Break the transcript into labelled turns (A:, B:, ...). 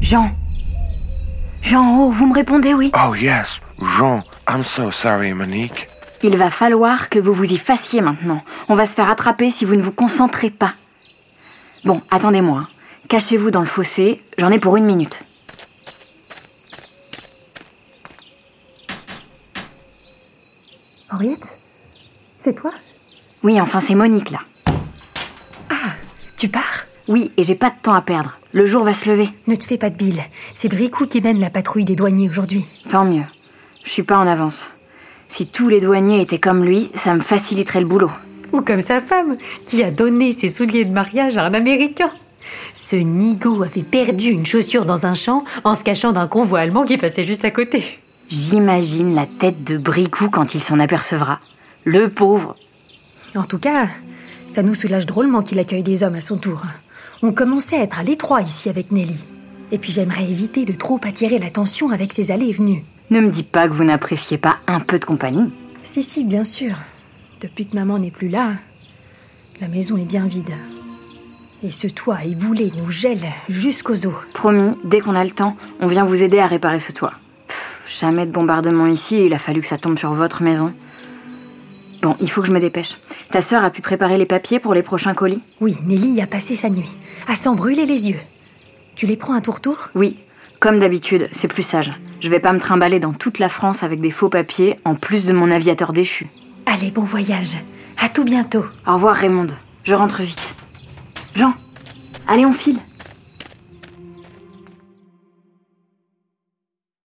A: Jean. Jean, oh, vous me répondez oui
B: Oh, yes, Jean. I'm so sorry, Monique.
A: Il va falloir que vous vous y fassiez maintenant. On va se faire attraper si vous ne vous concentrez pas. Bon, attendez-moi. hein. Cachez-vous dans le fossé, j'en ai pour une minute.
C: Henriette C'est toi
A: Oui, enfin, c'est Monique là.
C: Ah, tu pars
A: Oui, et j'ai pas de temps à perdre. Le jour va se lever.
C: Ne te fais pas de bile. C'est Bricou qui mène la patrouille des douaniers aujourd'hui.
A: Tant mieux. Je suis pas en avance. Si tous les douaniers étaient comme lui, ça me faciliterait le boulot.
C: Ou comme sa femme, qui a donné ses souliers de mariage à un Américain. Ce nigo avait perdu une chaussure dans un champ en se cachant d'un convoi allemand qui passait juste à côté.
A: J'imagine la tête de Bricou quand il s'en apercevra. Le pauvre.
C: En tout cas, ça nous soulage drôlement qu'il accueille des hommes à son tour. On commençait à être à l'étroit ici avec Nelly. Et puis j'aimerais éviter de trop attirer l'attention avec ses allées et venues.
A: Ne me dis pas que vous n'appréciez pas un peu de compagnie.
C: Si, si, bien sûr. Depuis que maman n'est plus là, la maison est bien vide. Et ce toit éboulé nous gèle jusqu'aux os.
A: Promis, dès qu'on a le temps, on vient vous aider à réparer ce toit. Pff, jamais de bombardement ici, il a fallu que ça tombe sur votre maison. Bon, il faut que je me dépêche. Ta sœur a pu préparer les papiers pour les prochains colis
C: Oui, Nelly y a passé sa nuit, à s'en brûler les yeux. Tu les prends à tour tour
A: Oui, comme d'habitude, c'est plus sage. Je vais pas me trimballer dans toute la France avec des faux papiers, en plus de mon aviateur déchu.
C: Allez, bon voyage. À tout bientôt.
A: Au revoir Raymond, je rentre vite. Jean, allez on file